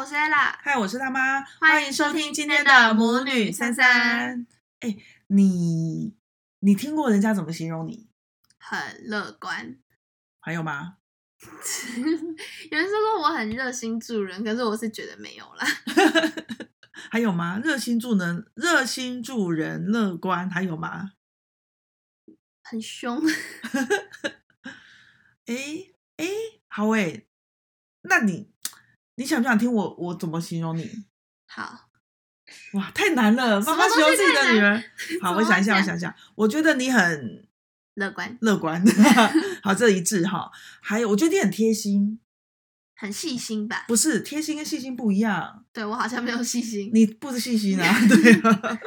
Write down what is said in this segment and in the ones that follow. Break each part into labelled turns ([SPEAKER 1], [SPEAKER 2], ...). [SPEAKER 1] 我是 Ella。
[SPEAKER 2] 嗨，我是他妈，
[SPEAKER 1] 欢
[SPEAKER 2] 欢
[SPEAKER 1] 迎
[SPEAKER 2] 迎
[SPEAKER 1] 收
[SPEAKER 2] 收
[SPEAKER 1] 听
[SPEAKER 2] 听
[SPEAKER 1] 今
[SPEAKER 2] 今
[SPEAKER 1] 天
[SPEAKER 2] 天
[SPEAKER 1] 的
[SPEAKER 2] 的
[SPEAKER 1] 母
[SPEAKER 2] 母
[SPEAKER 1] 女
[SPEAKER 2] 女
[SPEAKER 1] 三
[SPEAKER 2] 三
[SPEAKER 1] 三
[SPEAKER 2] 三。哎，你你听过人家怎么形容你？
[SPEAKER 1] 很乐观，
[SPEAKER 2] 还有吗？
[SPEAKER 1] 有人说过我很热心助人，可是我是觉得没有啦。
[SPEAKER 2] 还有吗？热心助人，热心助人，乐观，还有吗？
[SPEAKER 1] 很凶，
[SPEAKER 2] 哎哎，好哎，那你你想不想听我我怎么形容你？
[SPEAKER 1] 好，
[SPEAKER 2] 哇，太难了！
[SPEAKER 1] 什么
[SPEAKER 2] 妈妈形容
[SPEAKER 1] 东西
[SPEAKER 2] 自己
[SPEAKER 1] 太
[SPEAKER 2] 的女
[SPEAKER 1] 难
[SPEAKER 2] 儿。好，
[SPEAKER 1] 怎
[SPEAKER 2] 我
[SPEAKER 1] 么
[SPEAKER 2] 想一下，我
[SPEAKER 1] 讲
[SPEAKER 2] 想一下，我觉得你很
[SPEAKER 1] 乐观，
[SPEAKER 2] 乐观， 好，这一致哈。还有，我觉得你很贴心，
[SPEAKER 1] 很细心吧？
[SPEAKER 2] 不是贴心跟细心不一样，
[SPEAKER 1] 对我好像没有细心。
[SPEAKER 2] 你不是细心啊，对啊。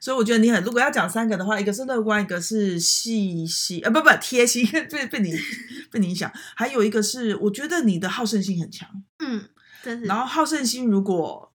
[SPEAKER 2] 所以我觉得你很，如果要讲三个的话，一个是乐观，一个是细心，呃，不不贴心， 被被你被你影响，还有一个是我觉得你的好胜心很强，
[SPEAKER 1] 嗯，真是。
[SPEAKER 2] 然后好胜心如果。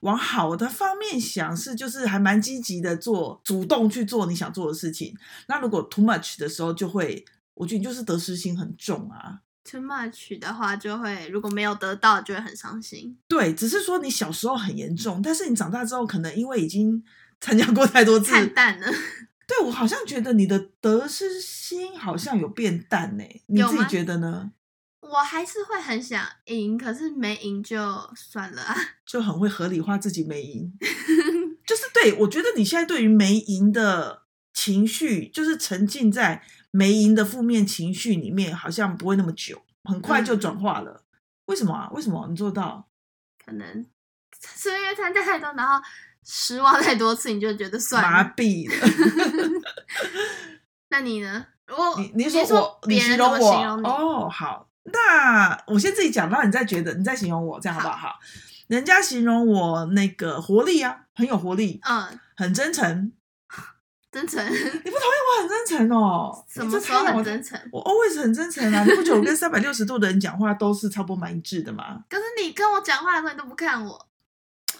[SPEAKER 2] 往好的方面想是，就是还蛮积极的做，主动去做你想做的事情。那如果 too much 的时候，就会，我觉得你就是得失心很重啊。
[SPEAKER 1] too much 的话，就会如果没有得到，就会很伤心。
[SPEAKER 2] 对，只是说你小时候很严重，但是你长大之后，可能因为已经 参加过太多次，
[SPEAKER 1] 看淡了，
[SPEAKER 2] 对我好像觉得你的得失心好像有变淡呢、你
[SPEAKER 1] 有
[SPEAKER 2] 自己
[SPEAKER 1] 吗
[SPEAKER 2] 觉得呢？
[SPEAKER 1] 我还是会很想赢，可是没赢就算了啊。
[SPEAKER 2] 就很会合理化自己没赢， 就是对我觉得你现在对于没赢的情绪，就是沉浸在没赢的负面情绪里面，好像不会那么久，很快就
[SPEAKER 1] 嗯
[SPEAKER 2] 转化了。为什么啊？为什么你做到？
[SPEAKER 1] 可能是因为参加太多，然后失望太多次，你就觉得算
[SPEAKER 2] 麻
[SPEAKER 1] 了。
[SPEAKER 2] 痹了。
[SPEAKER 1] 那你呢？我
[SPEAKER 2] 你你
[SPEAKER 1] 说
[SPEAKER 2] 说我，你
[SPEAKER 1] 哦别
[SPEAKER 2] 形
[SPEAKER 1] 人
[SPEAKER 2] 容
[SPEAKER 1] 怎么
[SPEAKER 2] 我
[SPEAKER 1] 形容你？
[SPEAKER 2] 哦，好，那我先自己讲，然后你再觉得，你再形容我，这样好不好？好，人家形容我那个活力啊，很有活力，
[SPEAKER 1] 嗯，
[SPEAKER 2] 很真诚。
[SPEAKER 1] 真诚，
[SPEAKER 2] 你不同意我很真诚哦？
[SPEAKER 1] 什
[SPEAKER 2] 你
[SPEAKER 1] 么
[SPEAKER 2] 这
[SPEAKER 1] 时
[SPEAKER 2] 太
[SPEAKER 1] 候
[SPEAKER 2] 让我
[SPEAKER 1] 很真诚？
[SPEAKER 2] 我 always 很真诚啊！你不觉得我跟三百六十度的人讲话都是差不多蛮一致的吗？
[SPEAKER 1] 可是你跟我讲话的时候，你都不看我。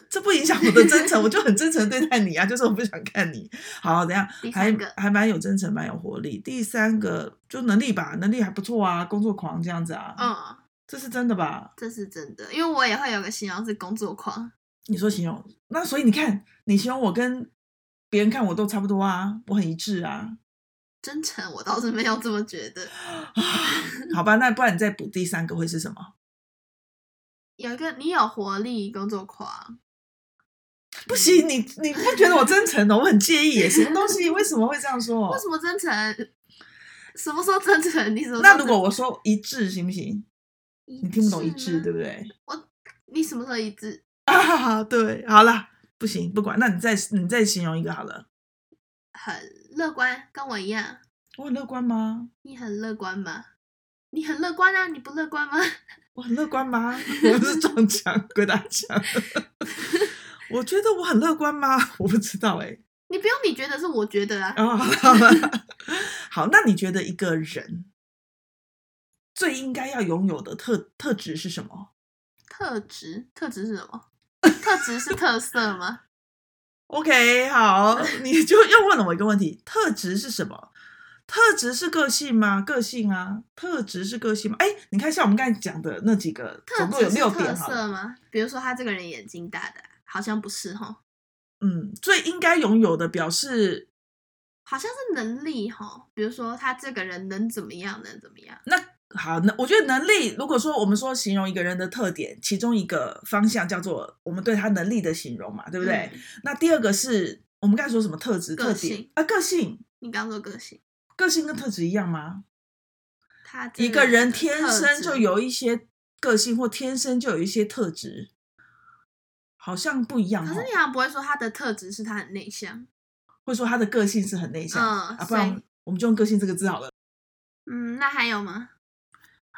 [SPEAKER 2] 这不影响我的真诚，我就很真诚地对待你啊，就是我不想看你。好，怎样
[SPEAKER 1] 第？
[SPEAKER 2] 还
[SPEAKER 1] 三个
[SPEAKER 2] 还蛮有真诚，蛮有活力。第三个就能力吧，能力还不错啊，工作狂这样子啊，，
[SPEAKER 1] 嗯，
[SPEAKER 2] 这是真的吧？
[SPEAKER 1] 这是真的，因为我也会有个形容是工作狂。
[SPEAKER 2] 你说形容，那所以你看，你形容我跟别人看我都差不多啊，我很一致 啊。
[SPEAKER 1] 真诚，我倒是没有这么觉得。
[SPEAKER 2] 好吧，那不然你再补第三个会是什么？
[SPEAKER 1] 有一个，你有活力，工作狂，
[SPEAKER 2] 不
[SPEAKER 1] 嗯
[SPEAKER 2] 行，你你不觉得我真诚哦的？我很介意耶，什么东西？为什么会这样说
[SPEAKER 1] 为？什么真诚？什么时候真诚？你什么时候真？
[SPEAKER 2] 那如果我说一致行不行？你
[SPEAKER 1] 你
[SPEAKER 2] 听不懂一致，对
[SPEAKER 1] 不
[SPEAKER 2] 不对？
[SPEAKER 1] 你什么时候一致？
[SPEAKER 2] 啊，对，好啦，不行，不管，那你再你再形容一个好了。
[SPEAKER 1] 很乐观，跟我一样。
[SPEAKER 2] 我很乐观吗？
[SPEAKER 1] 你很乐观吗？你很乐观啊，你不乐观吗？
[SPEAKER 2] 我很乐观吗？我不是撞墙，鬼打墙。 我觉得我很乐观吗？我不知道哎、
[SPEAKER 1] 你不用你觉得，是我觉得啊。
[SPEAKER 2] 哦，好了好，那你觉得一个人最应该要拥有的特特质是什么？
[SPEAKER 1] 特质，特质是什么？特质是特色吗？
[SPEAKER 2] OK，好，你就又问了我一个问题：特质是什么？特质是个性吗？个性啊，特质是个性吗？哎，你看像我们刚才讲的那几个，
[SPEAKER 1] 特
[SPEAKER 2] 总共有
[SPEAKER 1] 质是
[SPEAKER 2] 六
[SPEAKER 1] 特
[SPEAKER 2] 点好了。
[SPEAKER 1] 色吗？比如说他这个人眼睛大的，好像不是哈，
[SPEAKER 2] 嗯，最应该拥有的表示，
[SPEAKER 1] 好像是能力哈。比如说他这个人能怎么样，能怎么样？
[SPEAKER 2] 好，那我觉得能力，如果说我们说形容一个人的特点，其中一个方向叫做我们对他能力的形容嘛，对
[SPEAKER 1] 对
[SPEAKER 2] 不对？？那第二个是我们刚才说什么特质、
[SPEAKER 1] 个
[SPEAKER 2] 特点
[SPEAKER 1] 性
[SPEAKER 2] 啊？个性，
[SPEAKER 1] 你刚说个性，
[SPEAKER 2] 个性跟特质一样吗？
[SPEAKER 1] 他这
[SPEAKER 2] 一个人
[SPEAKER 1] 的
[SPEAKER 2] 天
[SPEAKER 1] 特
[SPEAKER 2] 生
[SPEAKER 1] 质
[SPEAKER 2] 就有一些个性，或天生就有一些特质，好像不一样
[SPEAKER 1] 可
[SPEAKER 2] 哦
[SPEAKER 1] 是。你好像不会说他的特质是他很内向，
[SPEAKER 2] 会说他的个性是很内向、
[SPEAKER 1] 嗯
[SPEAKER 2] 啊，不然我
[SPEAKER 1] 所以
[SPEAKER 2] 们我们就用个性这个字好了。
[SPEAKER 1] 嗯，那还有吗？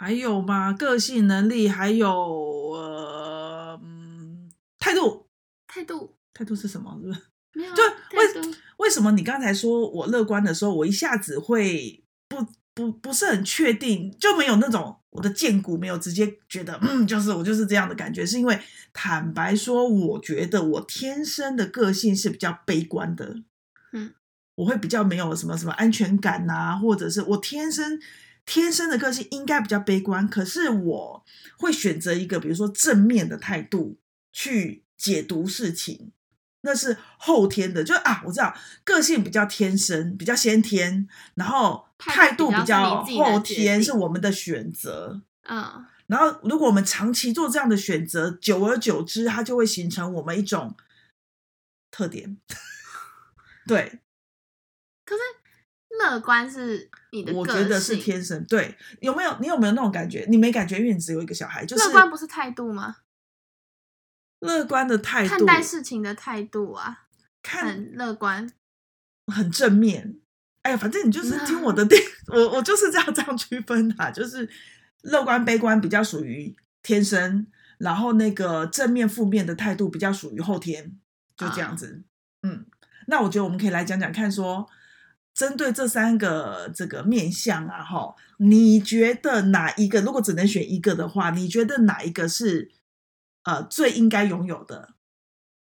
[SPEAKER 2] 还有嘛，个性、能力，还有呃，嗯，态度。
[SPEAKER 1] 态度
[SPEAKER 2] 态度是什么？是不是？
[SPEAKER 1] 没有啊，
[SPEAKER 2] 就
[SPEAKER 1] 态度
[SPEAKER 2] 为什么你刚才说我乐观的时候，我一下子会不不不是很确定，就没有那种我的见骨没有直接觉得，嗯，就是我就是这样的感觉，是因为坦白说，我觉得我天生的个性是比较悲观的，
[SPEAKER 1] 嗯，
[SPEAKER 2] 我会比较没有什么什么安全感呐、或者是我天生。天生的个性应该比较悲观，可是我会选择一个比如说正面的态度，去解读事情，那是后天的。就啊，我知道个性比较天生，比较先天，然后态
[SPEAKER 1] 态
[SPEAKER 2] 度
[SPEAKER 1] 度
[SPEAKER 2] 比
[SPEAKER 1] 比
[SPEAKER 2] 较
[SPEAKER 1] 较是你自己的
[SPEAKER 2] 后
[SPEAKER 1] 决
[SPEAKER 2] 天，
[SPEAKER 1] 定
[SPEAKER 2] 是我们的选择。
[SPEAKER 1] 嗯，
[SPEAKER 2] 然后，如果我们长期做这样的选择，久而久之，它就会形成我们一种特点。 对，
[SPEAKER 1] 乐观是你的个性，
[SPEAKER 2] 我觉得是天生。对，有没有？你有没有那种感觉？你没感觉，因为你只有一个小孩，就是
[SPEAKER 1] 乐观不是态度吗？
[SPEAKER 2] 乐观的态度，
[SPEAKER 1] 看待事情的态度啊，
[SPEAKER 2] 看
[SPEAKER 1] 很乐观。
[SPEAKER 2] 很正面。哎呀，反正你就是听我的电， 我我就是这样这样区分的、啊，就是乐观悲观比较属于天生，然后那个正面负面的态度比较属于后天，就
[SPEAKER 1] 啊
[SPEAKER 2] 这样子。嗯，那我觉得我们可以来讲讲看说。针对这三个这个面相啊，哈，你觉得哪一个？如果只能选一个的话，你觉得哪一个是呃最应该拥有的，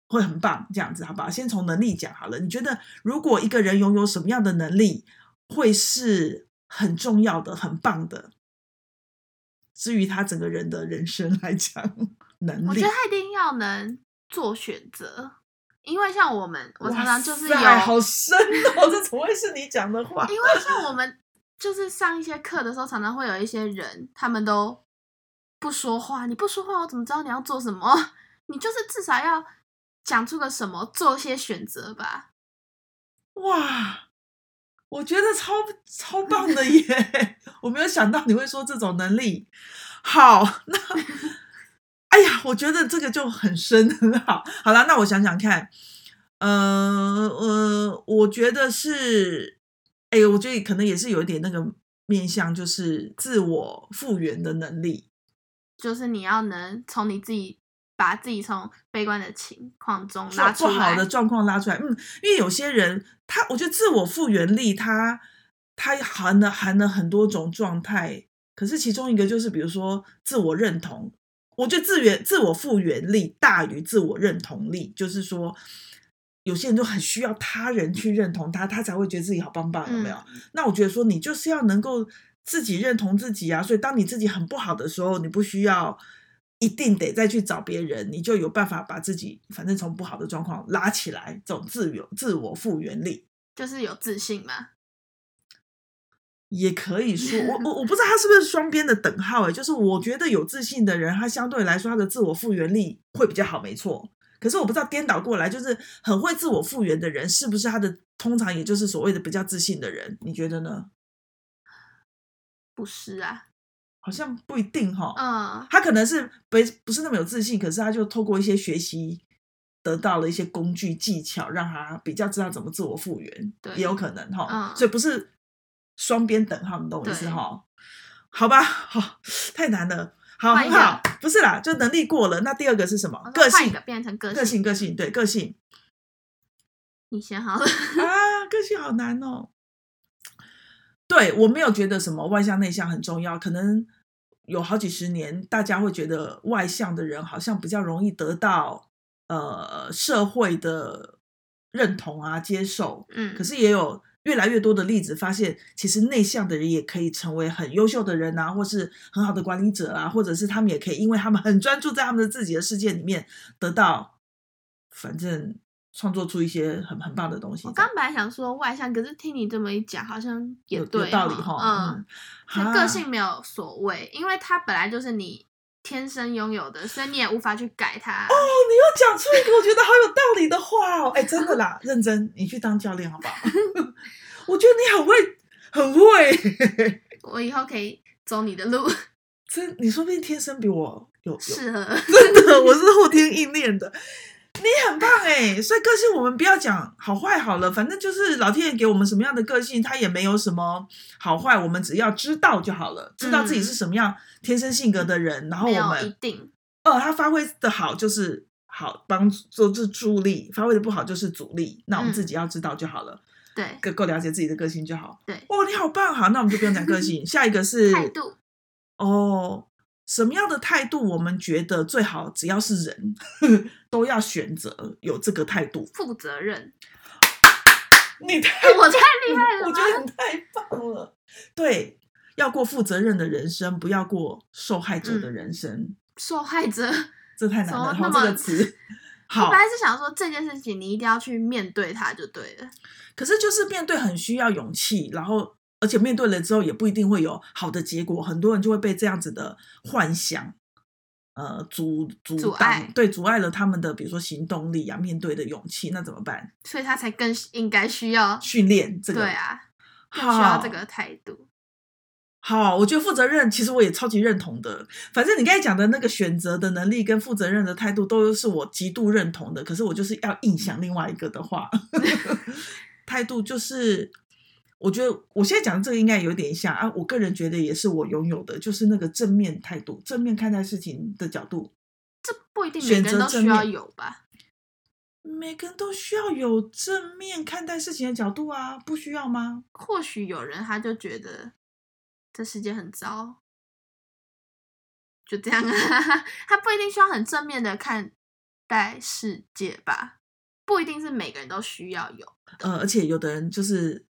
[SPEAKER 2] 会很棒？这样子好不好？先从能力讲好了。你觉得如果一个人拥有什么样的能力，会是很重要的、很棒的？至于他整个人的人生来讲，能
[SPEAKER 1] 我
[SPEAKER 2] 力
[SPEAKER 1] 觉得，他一定要能做选择，因为像我们，我常常就是有，
[SPEAKER 2] 哇塞好深哦，这怎么会是你讲的话？
[SPEAKER 1] 因为像我们就是上一些课的时候，常常会有一些人，他们都不说话。你不说话，我怎么知道你要做什么？ 你就是至少要讲出个什么，做一些选择吧。
[SPEAKER 2] 哇，我觉得超超棒的耶！ 我没有想到你会说这种能力。好，那哎呀，我觉得这个就很深，很好。好了，那我想想看，呃呃，我觉得是，哎，我觉得可能也是有一点那个面向，就是自我复原的能力。
[SPEAKER 1] 就是你要能从你自己把自己从悲观的情况中
[SPEAKER 2] 状
[SPEAKER 1] 拉出
[SPEAKER 2] 不好
[SPEAKER 1] 来。
[SPEAKER 2] 的状况拉出来。嗯，因为有些人他，我觉得自我复原力他，他含了含了很多种状态，可是其中一个就是比如说自我认同，我觉得自原自我复原力大于自我认同力，就是说。有些人就很需要他人去认同他，他才会觉得自己好棒棒，有没有？那我觉得说，你就是要能够自己认同自己啊。所以，当你自己很不好的时候，你不需要一定得再去找别人，你就有办法把自己反正从不好的状况拉起来，这种自由、自我复原力。
[SPEAKER 1] 就是有自信嘛？
[SPEAKER 2] 也可以说，我我我不知道他是不是双边的等号诶、就是我觉得有自信的人，他相对来说他的自我复原力会比较好，没错。可是我不知道颠倒过来，就是很会自我复原的人，是不是他的通常也就是所谓的比较自信的人？你觉得呢？
[SPEAKER 1] 不是啊，
[SPEAKER 2] 好像不一定哈。
[SPEAKER 1] 嗯，
[SPEAKER 2] 他可能是不不是那么有自信，可是他就透过一些学习得到了一些工具技巧，让他比较知道怎么自我复原，
[SPEAKER 1] 对
[SPEAKER 2] 也有可能哈。
[SPEAKER 1] 嗯
[SPEAKER 2] 所以不是双边等号，你懂我意思
[SPEAKER 1] 对
[SPEAKER 2] 哈？好吧，好，太难了。好，
[SPEAKER 1] 换
[SPEAKER 2] 很
[SPEAKER 1] 一
[SPEAKER 2] 好，不是啦，就能力过了。那第二个是什么
[SPEAKER 1] 我？说
[SPEAKER 2] 个
[SPEAKER 1] 换一
[SPEAKER 2] 性
[SPEAKER 1] 个，变成个
[SPEAKER 2] 个性，个性，对，个性
[SPEAKER 1] 你先好了。
[SPEAKER 2] 啊，个性好难哦。对我没有觉得什么外向内向很重要，可能有好几十年，大家会觉得外向的人好像比较容易得到呃社会的认同啊接受。
[SPEAKER 1] 嗯，
[SPEAKER 2] 可是也有越来越多的例子发现，其实内向的人也可以成为很优秀的人啊，或是很好的管理者啊，或者是他们也可以，因为他们很专注在他们的自己的世界里面，得到反正创作出一些很很棒的东西这
[SPEAKER 1] 我哦
[SPEAKER 2] 样。
[SPEAKER 1] 刚本来想说外向，可是听你这么一讲，好像也
[SPEAKER 2] 有
[SPEAKER 1] 对
[SPEAKER 2] 有道理
[SPEAKER 1] 哈。嗯，
[SPEAKER 2] 哈，嗯
[SPEAKER 1] 就
[SPEAKER 2] 啊
[SPEAKER 1] 个性没有所谓，因为它本来就是你天生拥有的，所以你也无法去改它。哦，
[SPEAKER 2] 你又讲出一个我觉得好有道理的话哦！哎，真的啦，认真，你去当教练好不好？ 我觉得你很会，很会，
[SPEAKER 1] 我以后可以走你的路，
[SPEAKER 2] 真，你说不定天生比我有有
[SPEAKER 1] 适合。
[SPEAKER 2] 真的，我是后天应练的。 你很棒哎、所以个性我们不要讲好坏好了，反正就是老天爷给我们什么样的个性，他也没有什么好坏，我们只要知道就好了，知道自己是什么样天生性格的人，然后
[SPEAKER 1] 没
[SPEAKER 2] 我
[SPEAKER 1] 有一
[SPEAKER 2] 们
[SPEAKER 1] 定，
[SPEAKER 2] 呃，他发挥的好就是好帮助，就是助力；发挥的不好就是阻力。那我们
[SPEAKER 1] 嗯
[SPEAKER 2] 自己要知道就好了，
[SPEAKER 1] 对
[SPEAKER 2] 够够了解自己的个性就好。
[SPEAKER 1] 对，
[SPEAKER 2] 哦，你好棒，好，那我们就不用讲个性，下一个是
[SPEAKER 1] 态度
[SPEAKER 2] 哦，什么样的态度？我们觉得最好，只要是人都要选择有这个态度。
[SPEAKER 1] 负责任，哎
[SPEAKER 2] 你太
[SPEAKER 1] 我太厉害了
[SPEAKER 2] 哎嗯我
[SPEAKER 1] 吗
[SPEAKER 2] 觉？得你太棒了。对，要过负责任的人生，不要过受害者的人生。
[SPEAKER 1] 受害者
[SPEAKER 2] 这太难了，
[SPEAKER 1] 嗯怎么那
[SPEAKER 2] 好
[SPEAKER 1] 么
[SPEAKER 2] 这个词。
[SPEAKER 1] 我
[SPEAKER 2] 好
[SPEAKER 1] 本，来是想说这件事情你一定要去面对它就对了，
[SPEAKER 2] 可是就是面对很需要勇气，然后而且面对了之后也不一定会有好的结果，很多人就会被这样子的幻想。呃，阻阻
[SPEAKER 1] 阻
[SPEAKER 2] 挡
[SPEAKER 1] 碍
[SPEAKER 2] 对阻碍了他们的，比如说行动力啊，面对的勇气，那怎么办？
[SPEAKER 1] 所以他才更应该需要，
[SPEAKER 2] 训练这个，
[SPEAKER 1] 对啊，更
[SPEAKER 2] 好，
[SPEAKER 1] 需要这个态度。
[SPEAKER 2] 好，我觉得负责任其实我也超级认同的。反正你刚才讲的那个选择的能力跟负责任的态度都是我极度认同的。可是我就是要硬想另外一个的话， 态度就是，我觉得我现在讲的这个应该有点像啊。我个人觉得也是我拥有的，就是那个正面态度，正面看待事情的角度。
[SPEAKER 1] 这不一定每个
[SPEAKER 2] 选
[SPEAKER 1] 人
[SPEAKER 2] 择
[SPEAKER 1] 都
[SPEAKER 2] 正
[SPEAKER 1] 需要
[SPEAKER 2] 面
[SPEAKER 1] 有吧？
[SPEAKER 2] 每个人都需要有正面看待事情的角度啊，不需要吗？
[SPEAKER 1] 或许有人他就觉得这世界很糟，就这样啊， 他不一定需要很正面的看待世界吧，不一定是每个人都需要有。
[SPEAKER 2] 呃，而且有的人就是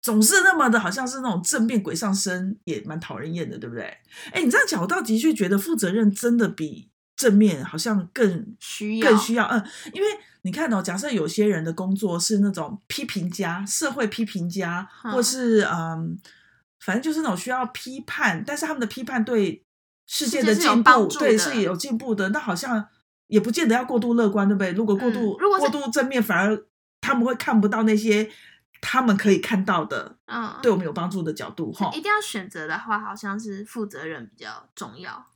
[SPEAKER 2] 总是那么的，好像是那种正面鬼上身，也蛮讨人厌的，对不对？哎，你这样讲，我倒的确觉得负责任真的比正面好像更
[SPEAKER 1] 需要
[SPEAKER 2] 更需要。嗯，因为你看哦，假设有些人的工作是那种批评家、社会批评家，或
[SPEAKER 1] 嗯
[SPEAKER 2] 是嗯，反正就是那种需要批判，但是他们的批判对世界
[SPEAKER 1] 世界
[SPEAKER 2] 的
[SPEAKER 1] 是有
[SPEAKER 2] 进
[SPEAKER 1] 帮
[SPEAKER 2] 步，
[SPEAKER 1] 助
[SPEAKER 2] 对
[SPEAKER 1] 的
[SPEAKER 2] 是有进步的，那好像也不见得要过度乐观，对不对？如果过
[SPEAKER 1] 嗯
[SPEAKER 2] 度、
[SPEAKER 1] 如果
[SPEAKER 2] 过
[SPEAKER 1] 是
[SPEAKER 2] 度正面，反而他们会看不到那些他们可以看到的
[SPEAKER 1] 嗯，
[SPEAKER 2] 对我们有帮助的角度，哈
[SPEAKER 1] 一。定要选择的话，好像是负责任比较重要。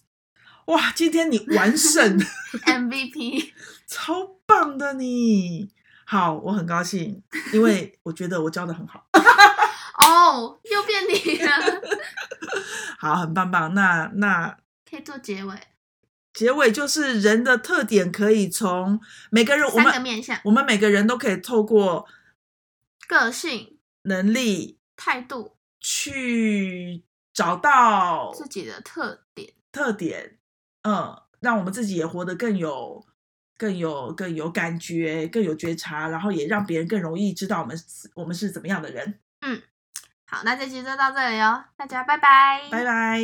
[SPEAKER 2] 哇，今天你完 胜，
[SPEAKER 1] MVP，
[SPEAKER 2] 超棒的你。好，我很高兴，因为我觉得我教的很好。
[SPEAKER 1] 哦，又变你了，
[SPEAKER 2] 好，很棒棒。那那
[SPEAKER 1] 可以做结尾，
[SPEAKER 2] 结尾就是人的特点可以从每个人，我
[SPEAKER 1] 三个
[SPEAKER 2] 们
[SPEAKER 1] 面向：
[SPEAKER 2] 我们每个人都可以透过
[SPEAKER 1] 个性、
[SPEAKER 2] 能力
[SPEAKER 1] 态度、
[SPEAKER 2] 去找到
[SPEAKER 1] 自己的特点。
[SPEAKER 2] 特点，嗯，让我们自己也活得更有。更有更有感觉，更有觉察，然后也让别人更容易知道我们是我们是怎么样的人。
[SPEAKER 1] 好，那这期就到这里哦，大家拜拜，
[SPEAKER 2] 拜拜。